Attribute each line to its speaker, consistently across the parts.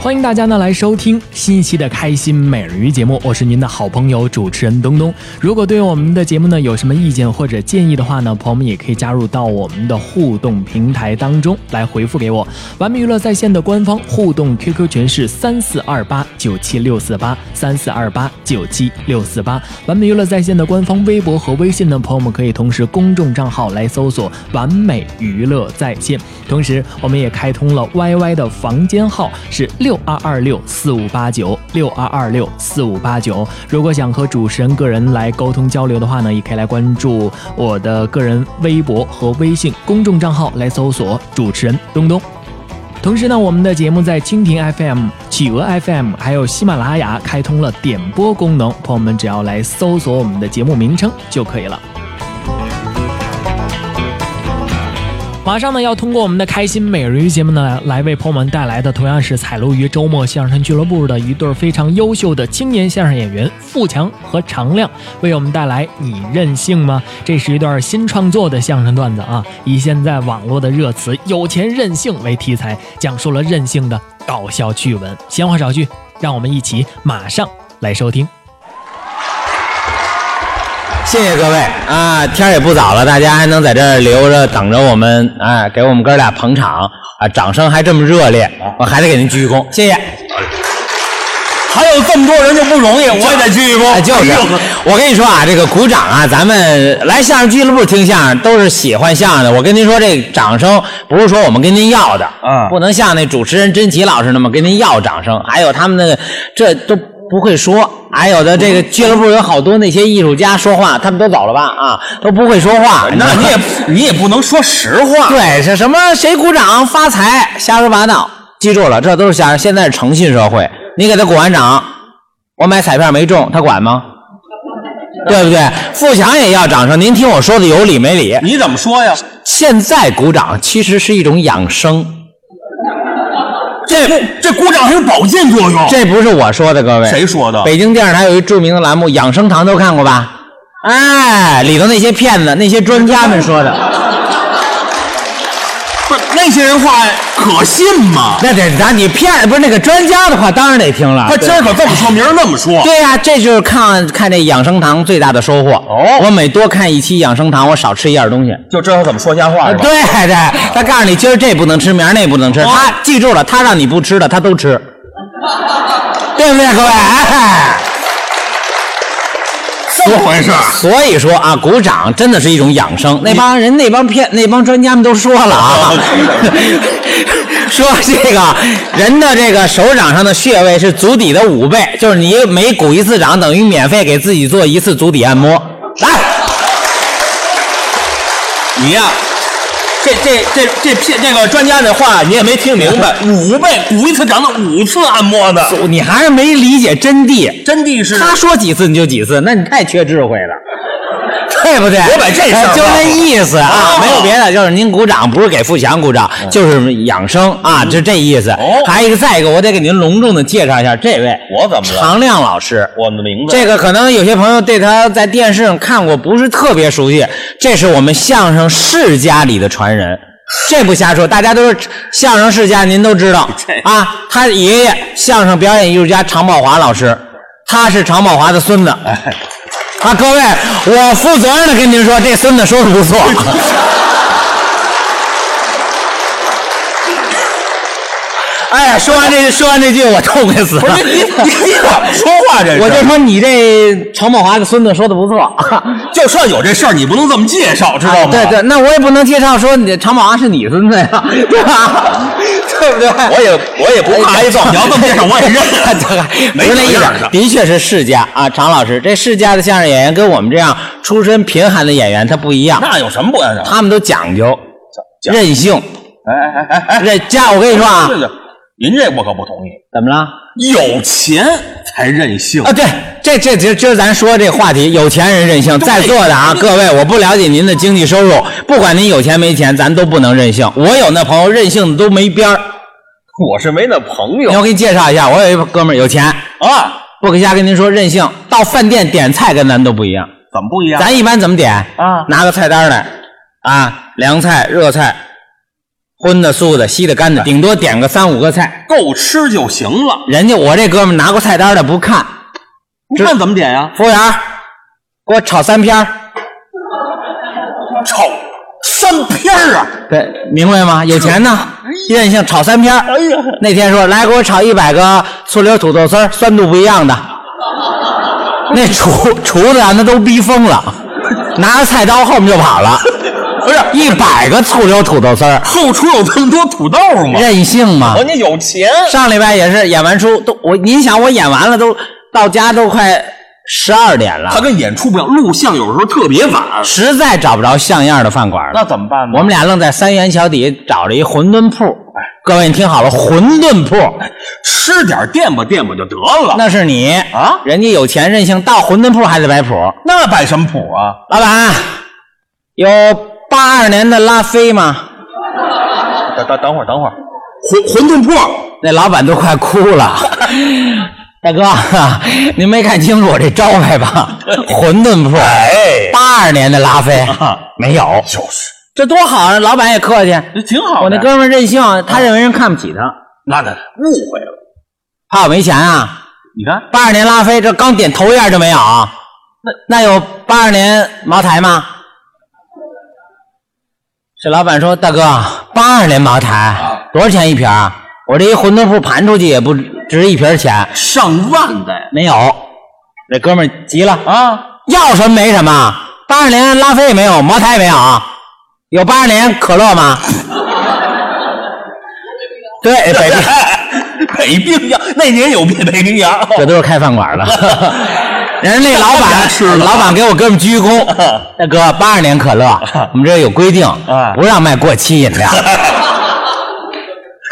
Speaker 1: 欢迎大家呢来收听新一期的《开心美人鱼》节目，我是您的好朋友主持人东东。如果对我们的节目呢有什么意见或者建议的话呢，朋友们也可以加入到我们的互动平台当中来回复给我。完美娱乐在线的官方互动 QQ 群是三四二八九七六四八三四二八九七六四八。完美娱乐在线的官方微博和微信呢，朋友们可以同时公众账号来搜索“完美娱乐在线”。同时，我们也开通了 YY 的房间号是六二二六四五八九六二二六四五八九。如果想和主持人个人来沟通交流的话呢，也可以来关注我的个人微博和微信公众账号来搜索主持人东东。同时呢，我们的节目在蜻蜓 FM、企鹅 FM 还有喜马拉雅开通了点播功能，朋友们只要来搜索我们的节目名称就可以了。马上呢，要通过我们的开心美人鱼节目呢，来为朋友们带来的同样是采录于周末相声俱乐部的一对非常优秀的青年相声演员富强和常亮，为我们带来《你任性吗》。这是一段新创作的相声段子啊，以现在网络的热词“有钱任性”为题材，讲述了任性的搞笑趣闻。闲话少叙，让我们一起马上来收听。
Speaker 2: 谢谢各位啊！天儿也不早了，大家还能在这儿留着等着我们，哎，给我们哥俩捧场啊！掌声还这么热烈，我还得给您鞠一躬，谢谢。还有这么多哎人就不容易，我也得鞠一哎躬。就是，我跟你说啊，这个鼓掌啊，咱们来相声俱乐部听相声都是喜欢相声的。我跟您说，这掌声不是说我们跟您要的，
Speaker 3: 嗯
Speaker 2: 不能像那主持人甄奇老师那么跟您要掌声。还有他们那个，这都不会说。还有的这个俱乐部有好多那些艺术家说话，他们都走了吧？啊，都不会说话。
Speaker 3: 那 你也你也不能说实话。
Speaker 2: 对，是什么？谁鼓掌发财？瞎说八道！记住了，这都是瞎。现在是诚信社会，你给他鼓完掌，我买彩票没中，他管吗？对不对？富强也要掌声。您听我说的有理没理？
Speaker 3: 你怎么说呀？
Speaker 2: 现在鼓掌其实是一种养生，
Speaker 3: 这这鼓掌还有保健作用。
Speaker 2: 这不是我说的，各位。
Speaker 3: 哦谁说的？
Speaker 2: 北京电视台有一著名的栏目《养生堂》，都看过吧？哎，里头那些骗子、那些专家们说的。
Speaker 3: 不是那些人话可信吗？
Speaker 2: 那得咱你骗不是那个专家的话，当然得听了。
Speaker 3: 他今儿可这么说，明儿那么说。
Speaker 2: 对呀、这就是看看这养生堂最大的收获。哦，我每多看一期养生堂，我少吃一样东西。
Speaker 3: 就知道怎么说瞎话
Speaker 2: 对？对，他告诉你今儿这不能吃，明儿那不能吃。
Speaker 3: 哦
Speaker 2: 他记住了，他让你不吃的，他都吃，对不对，各位？哎
Speaker 3: 这么回事儿？
Speaker 2: 所以说啊，鼓掌真的是一种养生。那帮人、那帮骗、那帮专家们都说了啊，说这个人的这个手掌上的穴位是足底的五倍，就是你每鼓一次掌，等于免费给自己做一次足底按摩。来，
Speaker 3: 你呀、这这这这骗这个专家的话你也没听明白，五倍鼓一次掌的五次按摩呢，
Speaker 2: 你还是没理解真谛。
Speaker 3: 真的是
Speaker 2: 他说几次你就几次，那你太缺智慧 了。对不对？我
Speaker 3: 把这事儿忘了
Speaker 2: 就那意思啊
Speaker 3: 哦，嗯
Speaker 2: 没有别的，就是您鼓掌，不是给富强鼓掌，就是养生啊，就这意思。
Speaker 3: 哦
Speaker 2: 还有一个，再一个，我得给您隆重的介绍一下这位，
Speaker 3: 我怎么了
Speaker 2: 常亮老师，
Speaker 3: 我们的名字
Speaker 2: 这个可能有些朋友对他在电视上看过，不是特别熟悉。这是我们相声世家里的传人，这不瞎说，大家都是相声世家，您都知 道啊。他爷爷相声表演艺术家常宝华老师，他是常宝华的 孙子。啊，各位，我负责任的跟您说，这孙子说的不错。 哎，说完这说完这句，我痛快死
Speaker 3: 不
Speaker 2: 了
Speaker 3: 是。你你你怎么说话哎这是？啊
Speaker 2: 我就说你这曹梦华的孙子说的不 错，啊
Speaker 3: 就算有这事儿，你不能这么介绍，知道吗？
Speaker 2: 对对，那我也不能介绍说你曹梦华是你孙子 呀， 对吧？对不对？
Speaker 3: 我也我也不
Speaker 2: 哎
Speaker 3: 怕挨揍，你要这 么介绍我也认，没
Speaker 2: 不是那意
Speaker 3: 一
Speaker 2: 思
Speaker 3: 点的，。
Speaker 2: 的确是世家啊，常老师，这世家的相声演员跟我们这样出身贫寒的演员他不一样，
Speaker 3: 那有什么不安的？
Speaker 2: 他们都讲究
Speaker 3: 讲
Speaker 2: 任性。
Speaker 3: 哎哎哎哎，
Speaker 2: 这家，我跟你说啊
Speaker 3: 对，对，您这我可不同意。
Speaker 2: 怎么了？
Speaker 3: 有钱才任性
Speaker 2: 啊，对，这这这今儿咱说这话题，有钱人任性，在座的啊，各位，我不了解您的经济收入，不管您有钱没钱，咱都不能任性。我有那朋友任性的都没边儿，
Speaker 3: 我是没那朋友
Speaker 2: 我给你介绍一下，我有一哥们儿有钱，
Speaker 3: 啊，
Speaker 2: 不跟瞎跟您说任性，到饭店点菜跟咱都不一样。
Speaker 3: 怎么不一样？
Speaker 2: 咱一般怎么点
Speaker 3: 啊
Speaker 2: 拿个菜单来，啊，凉菜、热菜，荤的、素的、稀的、干的，顶多点个三五个菜。
Speaker 3: 够吃就行了。
Speaker 2: 人家我这哥们儿拿过菜单的不看，
Speaker 3: 你看怎么点呀？
Speaker 2: 服务员儿给我炒三片儿
Speaker 3: 炒三片儿啊！
Speaker 2: 对，明白吗？有钱呢，任性炒三片儿
Speaker 3: 哎呀
Speaker 2: 那天说来给我炒一百个醋溜土豆丝儿，酸度不一 样的。那厨厨子啊，那都逼疯了，拿着菜刀后面就跑了。不
Speaker 3: 哎
Speaker 2: 是一百个醋溜土豆丝儿，
Speaker 3: 后厨有这么多土豆吗？
Speaker 2: 任性嘛
Speaker 3: 人。家有钱，
Speaker 2: 上礼拜也是演完出都我，您想我演完了都到家都快十二点
Speaker 3: 他
Speaker 2: 了，
Speaker 3: 跟演出不一样，录像有时候特别晚。
Speaker 2: 实在找不着像样的饭馆了。
Speaker 3: 那怎么办呢？
Speaker 2: 我们俩愣在三元桥底下找着一馄饨铺。
Speaker 3: 哎
Speaker 2: 各位，你听好了，馄饨铺
Speaker 3: 吃点垫吧垫吧就得了。
Speaker 2: 那是你
Speaker 3: 啊
Speaker 2: 人家有钱任性，到馄饨铺还得摆谱。
Speaker 3: 那摆什么谱啊？
Speaker 2: 老板，有八二年的拉菲吗？
Speaker 3: 等等等会儿，等会儿，馄馄饨铺
Speaker 2: 那老板都快哭 了。大哥，您没看清楚我这招牌 吧？馄饨铺，
Speaker 3: 哎啊
Speaker 2: 八二年的拉菲没有，
Speaker 3: 就是，
Speaker 2: 这多好啊！老板也客气。
Speaker 3: 这挺好的。
Speaker 2: 我那哥们儿任性，他认为人看不起他，
Speaker 3: 那那误会了。
Speaker 2: 怕我没钱啊。
Speaker 3: 你看，
Speaker 2: 八二年拉菲，这刚点头一下就没有啊？那那有八二年茅台吗？这老板说：“大哥，八二年茅台多少钱一瓶儿？我这一馄饨铺盘出去也不值一瓶钱，
Speaker 3: 上万 的呀
Speaker 2: 没有。”这哥们儿急了
Speaker 3: 啊，
Speaker 2: 要什么没什么，八二年拉菲也没有，茅台也没有，有八二年可乐吗？对，北冰，
Speaker 3: 北冰洋那年有北冰洋，
Speaker 2: 这都是开饭 馆了。人家那老板
Speaker 3: 吃了
Speaker 2: 老板给我哥们鞠 躬，大哥，八二年可乐，我们这有规定，
Speaker 3: 啊
Speaker 2: 不让卖过期饮料。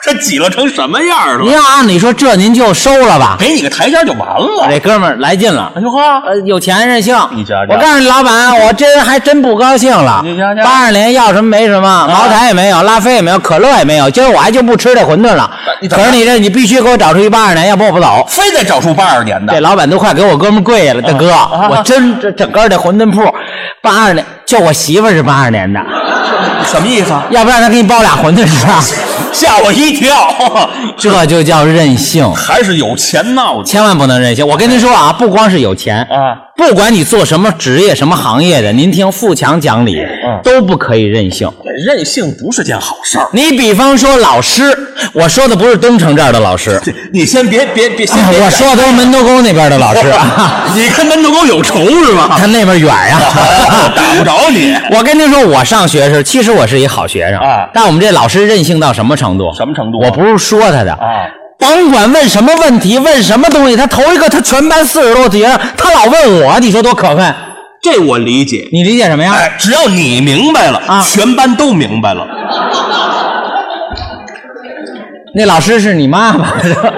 Speaker 3: 这挤了成什么样
Speaker 2: 您
Speaker 3: 了？
Speaker 2: 要按理说这您就收了吧。
Speaker 3: 给你个台阶就完
Speaker 2: 我
Speaker 3: 了。
Speaker 2: 这哥们儿来劲了，
Speaker 3: 哎呦呵，
Speaker 2: 呃，有钱任性。
Speaker 3: 你瞧瞧
Speaker 2: 我告诉你，老板，我这人还真不高兴了
Speaker 3: 你瞧瞧。啊
Speaker 2: 八二年要什么没什么，茅台也没有，拉菲也没有，可乐也没有。今儿我还就不吃这馄饨了
Speaker 3: 你。怎
Speaker 2: 可
Speaker 3: 么
Speaker 2: 是你这，你必须给我找出一八二年，要不我不走。
Speaker 3: 非得找出八二年的
Speaker 2: 这。老板都快给我哥们跪下了，大哥，我真这整个这馄饨铺，八二年，就我媳妇儿是八二年的，
Speaker 3: 什么意思？啊？
Speaker 2: 要不然他给你包俩馄饨吃啊？
Speaker 3: 吓我一跳！
Speaker 2: 这就叫任性，
Speaker 3: 还是有钱闹的
Speaker 2: 千万不能任性。我跟您说啊，不光是有钱，
Speaker 3: 啊！
Speaker 2: 不管你做什么职业、什么行业的，您听富强讲理，都不可以任性。
Speaker 3: 任性不是件好事儿。
Speaker 2: 你比方说老师，我说的不是东城这儿的老 师，
Speaker 3: 你先别别别，先别
Speaker 2: 我
Speaker 3: 哎说，
Speaker 2: 说的都是门头沟那边的老师，啊，
Speaker 3: 你跟门头沟有仇是吗？
Speaker 2: 他那边远呀、
Speaker 3: 打不着你。
Speaker 2: 我跟您说，我上学时，其实我是一好学生
Speaker 3: 啊
Speaker 2: 但我们这老师任性到什么程度？
Speaker 3: 什么程度啊
Speaker 2: 我不是说他的
Speaker 3: 啊，
Speaker 2: 甭管问什么问题，问什么东西，他头一个，他全班四十多节，他老问我，你说多可恨？
Speaker 3: 这我理解。
Speaker 2: 你理解什么呀？
Speaker 3: 哎，只要你明白了，
Speaker 2: 啊
Speaker 3: 全班都明白了。
Speaker 2: 那老师是你妈吧？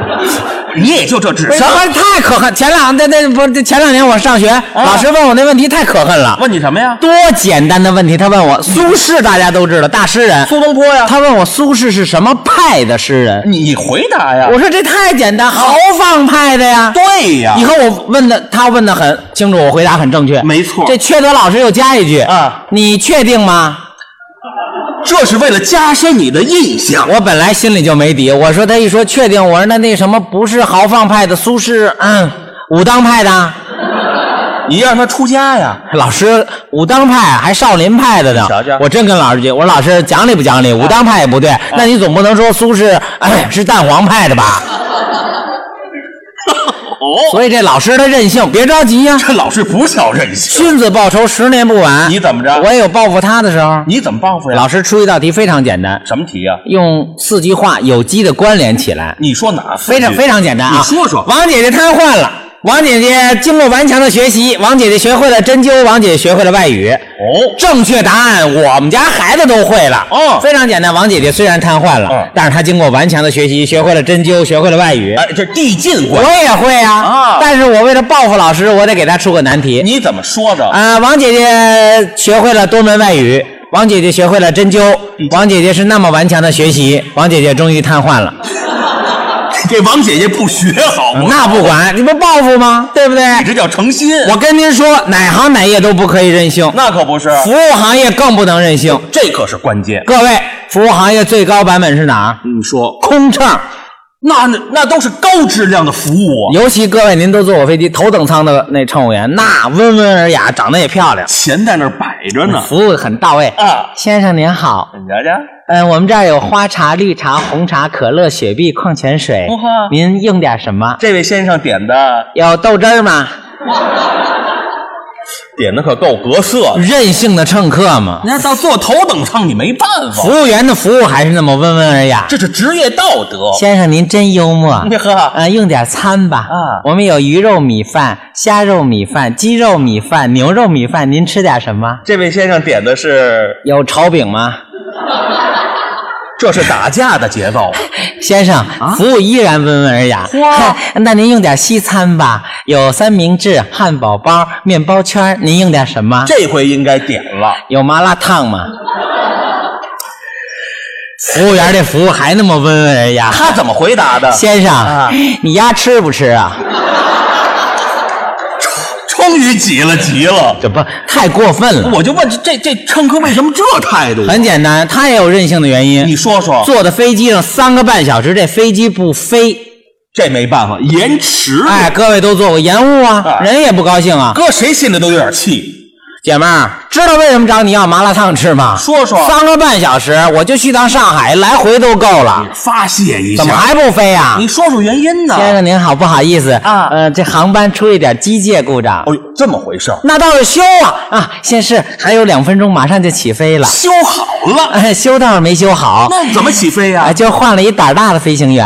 Speaker 3: 你也就这智
Speaker 2: 什
Speaker 3: 商。
Speaker 2: 么太可恨？前两那那不前两年我上学，
Speaker 3: 啊
Speaker 2: 老师问我那问题太可恨了。
Speaker 3: 问你什么呀？
Speaker 2: 多简单的问题，他问我苏轼，大家都知道，大诗人。
Speaker 3: 苏啊东坡呀
Speaker 2: 他问我苏轼是什么派的诗人？
Speaker 3: 你你回答呀。
Speaker 2: 我说这太简单，豪放派的呀。
Speaker 3: 对啊呀
Speaker 2: 以，后我问的，他问的很清楚，我回答很正确。
Speaker 3: 没错
Speaker 2: 这缺德老师又加一句
Speaker 3: 啊，
Speaker 2: 你确定吗？
Speaker 3: 这是为了加深你的印象。
Speaker 2: 我本来心里就没底，我说他一说确定，我说那那什么不是豪放派的苏轼，嗯，武当派的，
Speaker 3: 你让他出家呀！
Speaker 2: 啊老师，武当派还少林派的呢。
Speaker 3: 瞧瞧嗯
Speaker 2: 我真跟老师急，我说老师讲理不讲理？武当派也不对，那你总不能说苏轼、哎、是蛋黄派的 吧？
Speaker 3: 哦
Speaker 2: 所以这老师他任性，别着急呀、
Speaker 3: 这老师不叫任性，
Speaker 2: 君子报仇，十年不晚。
Speaker 3: 你怎么着
Speaker 2: 啊我也有报复他的时候。
Speaker 3: 你怎么报复呀？
Speaker 2: 老师出一道题非常简单，
Speaker 3: 什么题呀？
Speaker 2: 用四句话有机的关联起来，
Speaker 3: 你说哪四
Speaker 2: 非
Speaker 3: 句？
Speaker 2: 常非常简单啊。
Speaker 3: 你说说
Speaker 2: 王姐姐瘫痪了。王姐姐经过顽强的学习，王姐姐学会了针灸，王姐姐学会了外语。
Speaker 3: 哦，
Speaker 2: 正确答案，我们家孩子都会了。
Speaker 3: 哦
Speaker 2: 非常简单。王姐姐虽然瘫痪了，
Speaker 3: 嗯
Speaker 2: 但是她经过顽强的学习，学会了针灸，学会了外语。
Speaker 3: 哎，这递进
Speaker 2: 我
Speaker 3: 关，
Speaker 2: 也会啊，
Speaker 3: 啊
Speaker 2: 但是我为了报复老师，我得给她出个难题。
Speaker 3: 你怎么说的？
Speaker 2: 啊、王姐姐学会了多门外语，王姐姐学会了针灸，
Speaker 3: 嗯
Speaker 2: 王姐姐是那么顽强的学习，王姐姐终于瘫痪了。
Speaker 3: 这王姐姐不学好吗？
Speaker 2: 那不管，你不报复吗？对不对？
Speaker 3: 你这叫诚心。
Speaker 2: 我跟您说，哪行哪业都不可以任性，
Speaker 3: 那可不是，
Speaker 2: 服务行业更不能任性。
Speaker 3: 这可是关键。
Speaker 2: 各位，服务行业最高版本是哪儿？
Speaker 3: 你说，
Speaker 2: 嗯空乘。
Speaker 3: 那那都是高质量的服务啊，
Speaker 2: 尤其各位，您都坐过飞机头等舱的那乘务员，那温文尔雅，长得也漂亮，
Speaker 3: 钱在那儿摆着呢。
Speaker 2: 服务很到位。
Speaker 3: 啊，
Speaker 2: 先生您好，
Speaker 3: 你瞧瞧，
Speaker 2: 嗯，我们这儿有花茶、绿茶、红茶、可乐、雪碧、矿泉水。
Speaker 3: 哦哈
Speaker 2: 您用点什么？
Speaker 3: 这位先生点的
Speaker 2: 有豆汁儿吗？
Speaker 3: 点的可够格色的，
Speaker 2: 任性的乘客嘛，
Speaker 3: 那到坐头等舱你没办
Speaker 2: 服
Speaker 3: 法，
Speaker 2: 务员的服务还是那么温文尔雅。哦
Speaker 3: 这是职业道德。
Speaker 2: 先生，您真幽默。
Speaker 3: 你呵，
Speaker 2: 呃，用点餐吧。
Speaker 3: 啊
Speaker 2: 我们有鱼肉米饭、虾肉米饭、鸡肉米饭、牛肉米饭，您吃点什么？
Speaker 3: 这位先生点的是，
Speaker 2: 有炒饼吗？
Speaker 3: 这是打架的节 奏，
Speaker 2: 先生，
Speaker 3: 啊
Speaker 2: 服务依然温文尔雅。哇，那您用点西餐吧，有三明治、汉堡包、面包圈儿，您用点什么？
Speaker 3: 这回应该点了。
Speaker 2: 有麻辣烫吗？服务员这服务还那么温文尔雅，
Speaker 3: 他怎么回答的？
Speaker 2: 先生，
Speaker 3: 啊
Speaker 2: 你丫吃不吃啊？
Speaker 3: 终于急了，急了。
Speaker 2: 这不太过分了。
Speaker 3: 我就问这这乘客为什么这态度？啊
Speaker 2: 很简单，他也有任性的原因。
Speaker 3: 你说说，
Speaker 2: 坐的飞机上三个半小时，这飞机不飞，
Speaker 3: 这没办法，延迟。
Speaker 2: 哎，，各位都坐过延误啊
Speaker 3: 啊，
Speaker 2: 人也不高兴啊。
Speaker 3: 搁谁心里都有点气。
Speaker 2: 姐们儿，知道为什么找你要麻辣烫吃吗？
Speaker 3: 说说
Speaker 2: 三个半小时，我就去趟上海，来回都够了，
Speaker 3: 发泄一下。
Speaker 2: 怎么还不飞啊呀、
Speaker 3: 你说说原因呢？
Speaker 2: 先生您好，不好意思
Speaker 3: 啊
Speaker 2: 呃，这航班出一点机械故障。
Speaker 3: 哦呦，这么回事儿，
Speaker 2: 那倒是修啊啊！现是还有两分钟，马上就起飞了。
Speaker 3: 修好了，
Speaker 2: 嗯哎，修倒是没修好，
Speaker 3: 那怎么起飞呀、
Speaker 2: 啊，就换了一胆儿大的飞行员，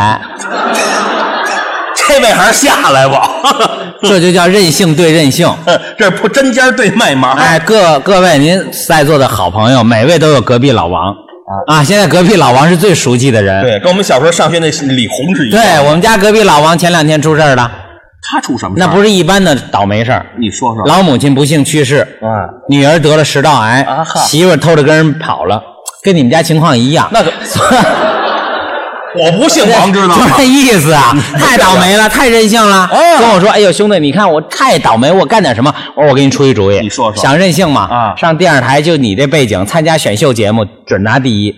Speaker 3: 这位还是下来吧，
Speaker 2: 这就叫任性对任性。
Speaker 3: 这不针尖对麦芒。
Speaker 2: 哎，各各位，您在座的好朋友，每位都有隔壁老王啊。现在隔壁老王是最熟悉的人。
Speaker 3: 对，跟我们小时候上学那李红是一
Speaker 2: 对
Speaker 3: 样。
Speaker 2: 我们家隔壁老王前两天出事儿了，
Speaker 3: 他出什么事？
Speaker 2: 那不，是一般的倒霉事儿。
Speaker 3: 你说说。
Speaker 2: 老母亲不幸去世，
Speaker 3: 啊，
Speaker 2: 女儿得了食道癌
Speaker 3: 啊，哈
Speaker 2: 媳妇儿偷着跟人跑了，跟你们家情况一样。
Speaker 3: 那个，我不姓王，知道
Speaker 2: 就
Speaker 3: 吗
Speaker 2: 这？意思 啊，太倒霉了，太任性了。
Speaker 3: 哦
Speaker 2: 跟我说，哎呦，兄弟，你看我太倒霉，我干点什么？我说我给你出一主意，
Speaker 3: 你说说
Speaker 2: 想任性嘛？
Speaker 3: 啊
Speaker 2: 上电视台就你这背景，参加选秀节目准拿第一。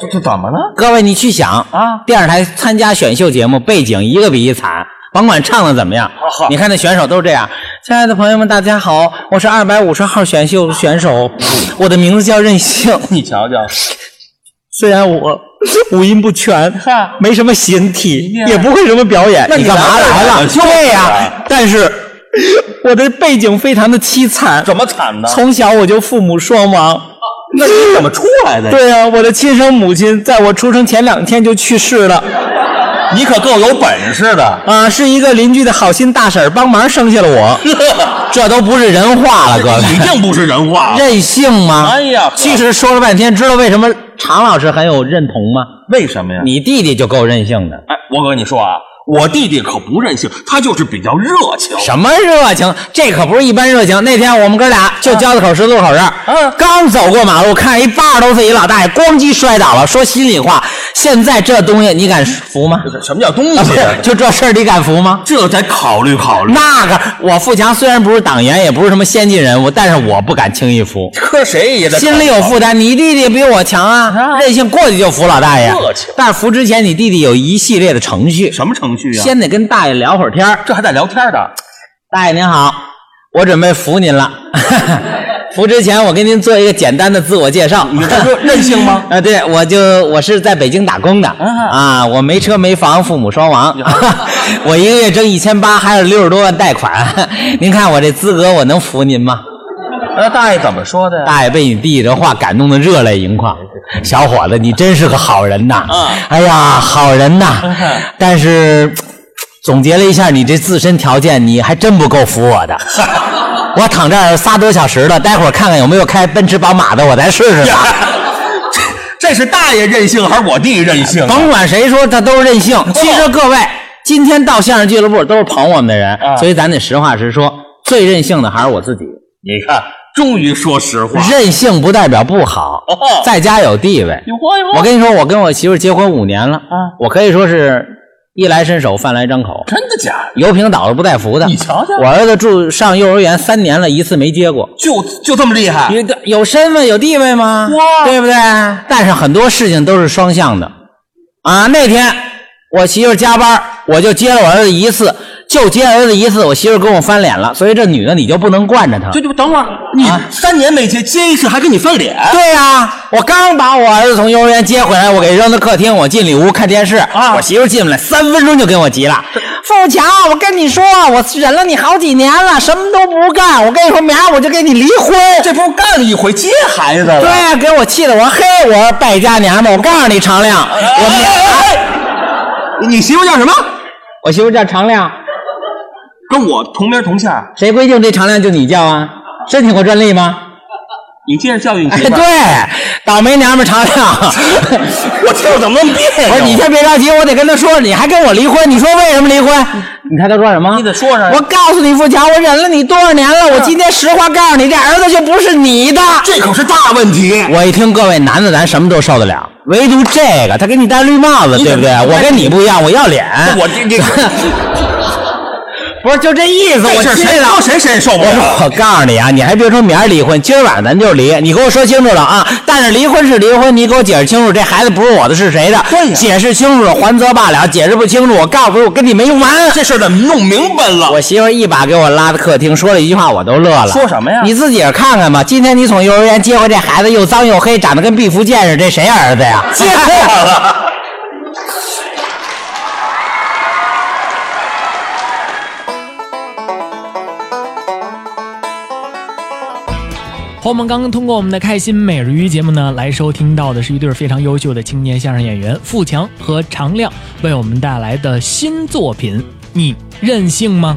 Speaker 3: 这这怎么了？
Speaker 2: 各位，你去想
Speaker 3: 啊
Speaker 2: 电视台参加选秀节目，背景一个比一惨，甭管唱的怎么样
Speaker 3: 好。
Speaker 2: 你看那选手都是这样。亲爱的朋友们，大家好，我是二百五十号选秀选手，我的名字叫任性。
Speaker 3: 你瞧瞧，
Speaker 2: 虽然我五音不全，
Speaker 3: 啊
Speaker 2: 没什么形体，也不会什么表演，
Speaker 3: 你
Speaker 2: 干嘛
Speaker 3: 来
Speaker 2: 来
Speaker 3: 了
Speaker 2: 了？
Speaker 3: 就是
Speaker 2: 对呀、
Speaker 3: 啊
Speaker 2: 但是我的背景非常的凄惨，
Speaker 3: 怎么惨的？
Speaker 2: 从小我就父母双亡。
Speaker 3: 哦那你怎么出来的？，
Speaker 2: 对呀、啊我的亲生母亲在我出生前两天就去世了，
Speaker 3: 你可够有本事的。
Speaker 2: 啊，是一个邻居的好心大婶儿帮忙生下了我， 这都不是人话了，各 位。
Speaker 3: 一定不是人话。啊
Speaker 2: 任性吗？
Speaker 3: 哎呀
Speaker 2: 其实说了半天，知道为什么常老师很有认同吗？
Speaker 3: 为什么呀？
Speaker 2: 你弟弟就够任性的。
Speaker 3: 哎，我跟你说啊，我弟弟可不任性，他就是比较热情。
Speaker 2: 什么热情？这可不是一般热情。那天我们哥俩就交子口十字路口这儿，
Speaker 3: 嗯
Speaker 2: 刚走过马路，看一八十多岁一老大爷咣叽摔倒了。说心里话，现在这东西你敢服 吗？
Speaker 3: 什么叫东
Speaker 2: 啊，不
Speaker 3: 西
Speaker 2: 是
Speaker 3: 啊？，
Speaker 2: 就这事儿你敢服吗？
Speaker 3: 这得考虑考虑。
Speaker 2: 那个，我富强虽然不是党员，也不是什么先进人物，但是我不敢轻易服，
Speaker 3: 磕谁也得
Speaker 2: 心里有负担。你弟弟比我强啊，任性过去就服老大爷
Speaker 3: 热情。
Speaker 2: 但是服之前，你弟弟有一系列的程序，
Speaker 3: 什么程序啊？
Speaker 2: 先得跟大爷聊会儿天儿。
Speaker 3: 这还在聊天的，
Speaker 2: 大爷您好，我准备服您了。 服之前，我给您做一个简单的自我介绍。
Speaker 3: 你这不是任性吗？
Speaker 2: 啊，对，我就我是在北京打工的啊，我没车没房，父母双亡， 我一个月挣一千八，还有六十多万贷款。 您看我这资格，我能服您吗？
Speaker 3: 那呃大爷怎么说的 呀？
Speaker 2: 大爷被你弟这话感动得热泪盈眶，小伙子，你真是个好人呐！哎呀，好人呐！但是总结了一下你这自身条件，你还真不够服我的。我躺这儿仨多小时了，待会儿看看有没有开奔驰宝马的，我再试试吧。
Speaker 3: 这是大爷任性还是我弟任性啊？
Speaker 2: 甭管谁说他都是任性。其实各位，今天到相声俱乐部都是捧我们的人，所以咱得实话实说，最任性的还是我自己。
Speaker 3: 你看，终于说实话。
Speaker 2: 任性不代表不好，
Speaker 3: 哦
Speaker 2: 在家有地位。我跟你说，我跟我媳妇儿结婚五年了，啊，我可以说是衣来伸手，饭来张口，
Speaker 3: 真的假的？
Speaker 2: 油瓶倒了不带扶的。
Speaker 3: 你瞧瞧
Speaker 2: 我儿子住上幼儿园三年了，一次没接过。
Speaker 3: 就就这么厉害？
Speaker 2: 有有身份有地位吗？
Speaker 3: 哇
Speaker 2: 对不对？但是很多事情都是双向的，啊，那天我媳妇儿加班，我就接了我儿子一次，就接儿子一次，我媳妇儿跟我翻脸了，所以这女的你就不能惯着她。
Speaker 3: 就就等会儿，你三年没接，接一次还跟你翻脸，
Speaker 2: 对啊呀、我刚把我儿子从幼儿园接回来，我给扔到客厅，我进里屋看电视。
Speaker 3: 啊
Speaker 2: 我媳妇进来三分钟就跟我急了：“凤强，我跟你说，我忍了你好几年了，什么都不干。我跟你说，明儿我就跟你离婚。”
Speaker 3: 这不是干了一回接孩子了？
Speaker 2: 对呀、给我气的，我说嘿，我说败家娘们儿，我告诉你，常亮，我
Speaker 3: 哎，
Speaker 2: 们
Speaker 3: 哎哎你媳妇叫什么？
Speaker 2: 我媳妇叫常亮，
Speaker 3: 跟我同名同姓。
Speaker 2: 谁规定这常亮就你叫啊？申请过专利吗？
Speaker 3: 你接着教育你
Speaker 2: 哎
Speaker 3: 媳妇。
Speaker 2: 对，倒霉娘们儿常 亮。
Speaker 3: 哎 我听着怎么那么别
Speaker 2: 我
Speaker 3: 扭？
Speaker 2: 说你先别着急，我得跟他说，你还跟我离婚，你说为什么离婚？你看他说什么？
Speaker 3: 你得说上呀
Speaker 2: 我告诉你，富强，我忍了你多少年了，我今天实话告诉你，这儿子就不是你的。
Speaker 3: 这可是大问题。
Speaker 2: 我一听，各位男的，咱什么都受得了，唯独这个，他给你戴绿帽子，
Speaker 3: 你
Speaker 2: 对
Speaker 3: 怎
Speaker 2: 不
Speaker 3: 么
Speaker 2: 对？我跟你不一样，我要脸。
Speaker 3: 我这 这
Speaker 2: 不是就这意思，我
Speaker 3: 这事
Speaker 2: 气
Speaker 3: 儿谁
Speaker 2: 了。
Speaker 3: 说谁谁受不
Speaker 2: 我说
Speaker 3: 了？
Speaker 2: 我告诉你啊，你还别说明儿离婚，今儿晚上咱就离。你给我说清楚了啊！但是离婚是离婚，你给我解释清楚，这孩子不是我的是谁的？
Speaker 3: 对呀
Speaker 2: 解释清楚了还则罢了，解释不清楚，我告诉你，我跟你没完。
Speaker 3: 这事儿怎么弄明白了？
Speaker 2: 我媳妇儿一把给我拉到客厅，说了一句话，我都乐了。
Speaker 3: 说什么呀
Speaker 2: 你自己儿看看吧。今天你从幼儿园接回这孩子，又脏又黑，长得跟毕福剑似的，这谁儿子呀？
Speaker 3: 接 错了。
Speaker 1: 朋友们刚刚通过我们的开心每日鱼节目呢，来收听到的是一对非常优秀的青年相声演员富强和常亮为我们带来的新作品《你任性吗》。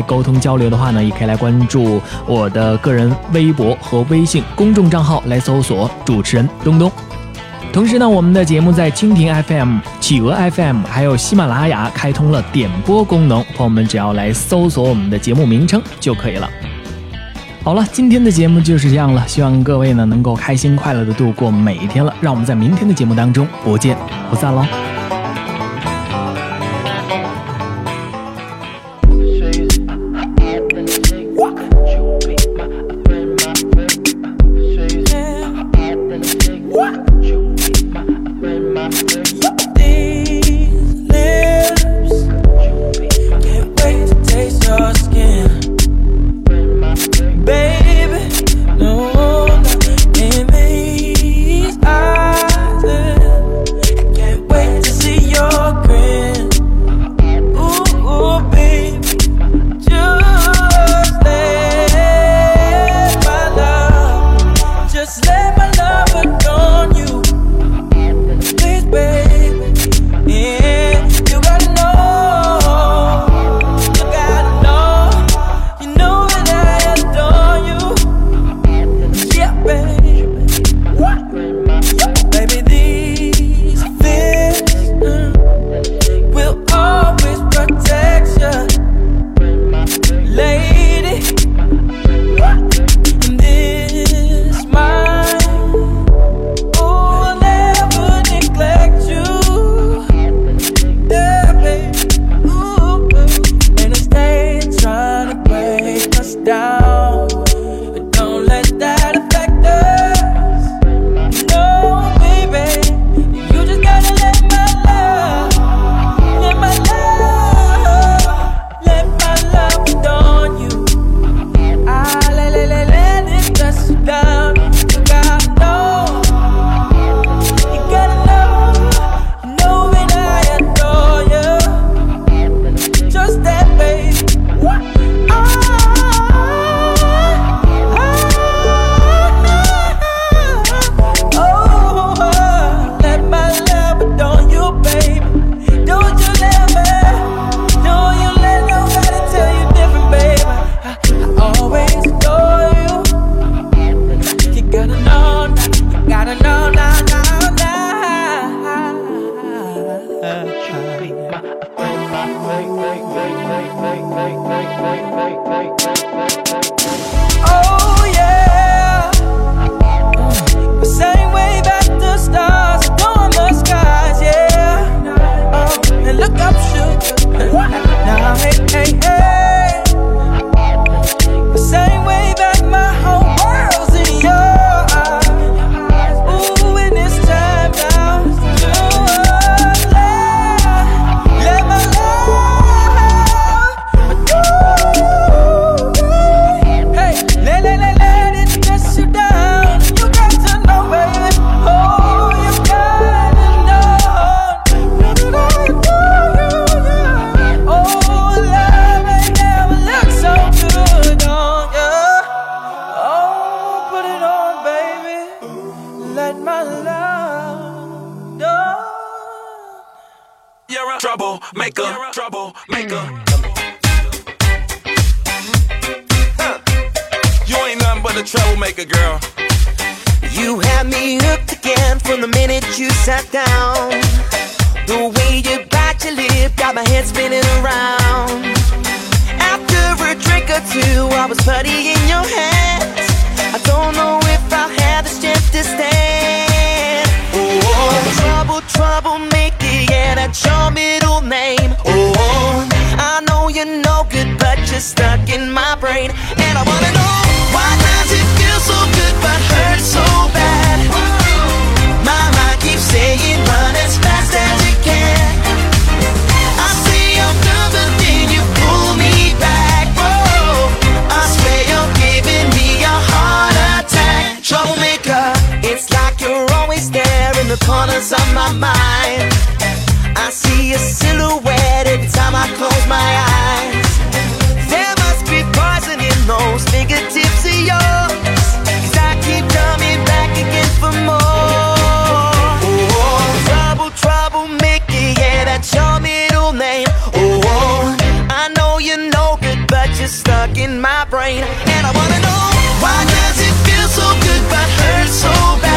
Speaker 1: 沟通交流的话呢，也可以来关注我的个人微博和微信公众账号来搜索主持人东东。同时呢，我们的节目在蜻蜓 FM、企鹅 FM 还有喜马拉雅开通了点播功能，朋友们只要来搜索我们的节目名称就可以了。好了，今天的节目就是这样了，希望各位呢能够开心快乐的度过每一天了。让我们在明天的节目当中不见不散喽。
Speaker 4: These lips can't wait to taste your skin, baby. No love in these eyelids. I can't wait oh, Ah, Oh, Oh yeah. The same way that the stars are doing the skies, yeah. Oh, and look up, sugar. Now, hey, hey, hey. The same way that my whole world's in your eyes. Ooh, and it's time now to allow- let my love adore. Hey, let, let, let, let it dress you down. You got to know, baby. Oh, you gotta know. Oh, love ain't never looked so good on ya. Oh, put it on, baby. Let my love dawn.
Speaker 5: You're a troublemaker, troublemaker. Huh. You ain't nothing but a troublemaker, girl.
Speaker 6: You had me hooked again from the minute you sat down. The way you bite your lip got my head spinning around. After a drink or two, I was putty in your hands. I don't know if I had the strength to stand. Oh, trouble, troublemaker, yeah, that's your middle name. Oh, I know you're no good, but you're stuck in my brain. And I wanna know why does it feel so good, but hurt so bad? My mind keeps saying run as fast as you can. I say I'm done, but then you pull me back. Whoa, I swear you're giving me a heart attack. Troublemaker, it's like you're always there in the corners of my mind. I see a silhouette every time I close my eyes. There must be poison in those fingertips of yours. 'Cause I keep coming back again for more. Oh, trouble, troublemaker, yeah, that's your middle name. Oh, I know you're no good, but you're stuck in my brain. And I wanna know why does it feel so good, but hurt so bad?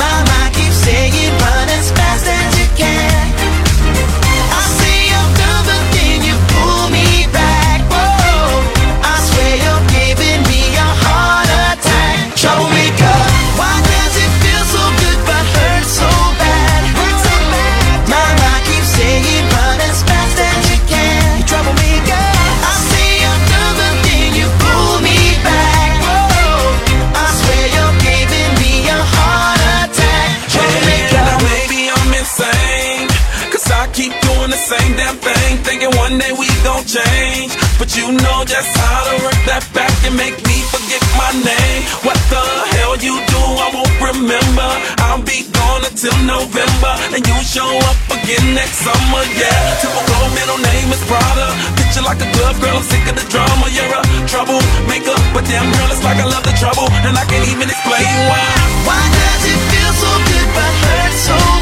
Speaker 6: My mind keeps saying run as fast as you can. I say I'm done, but then you pull me back. Whoa, I swear you're giving me a heart attack. Troublemaker, why does it feel so good but hurt so bad? My mind keeps saying run as fast as you can. Troublemaker, I say I'm done, but then you pull me back. Whoa, I swear you're giving me a heart attack. Troublemaker.
Speaker 5: Now maybe I'm insane. Cause I keep doing the same damn thing. Thinking one day we gon' change. But you know just how to work that back and make me forget my name. What the hell you do, I won't remember. I'll be gone until November. And you show up again next summer, yeah. Typical middle name is Prada. Picture like a glove, girl, I'm sick of the drama. You're a troublemaker. But damn, girl, it's like I love the trouble. And I can't even explain why.
Speaker 6: Why does it feel so good but hurt so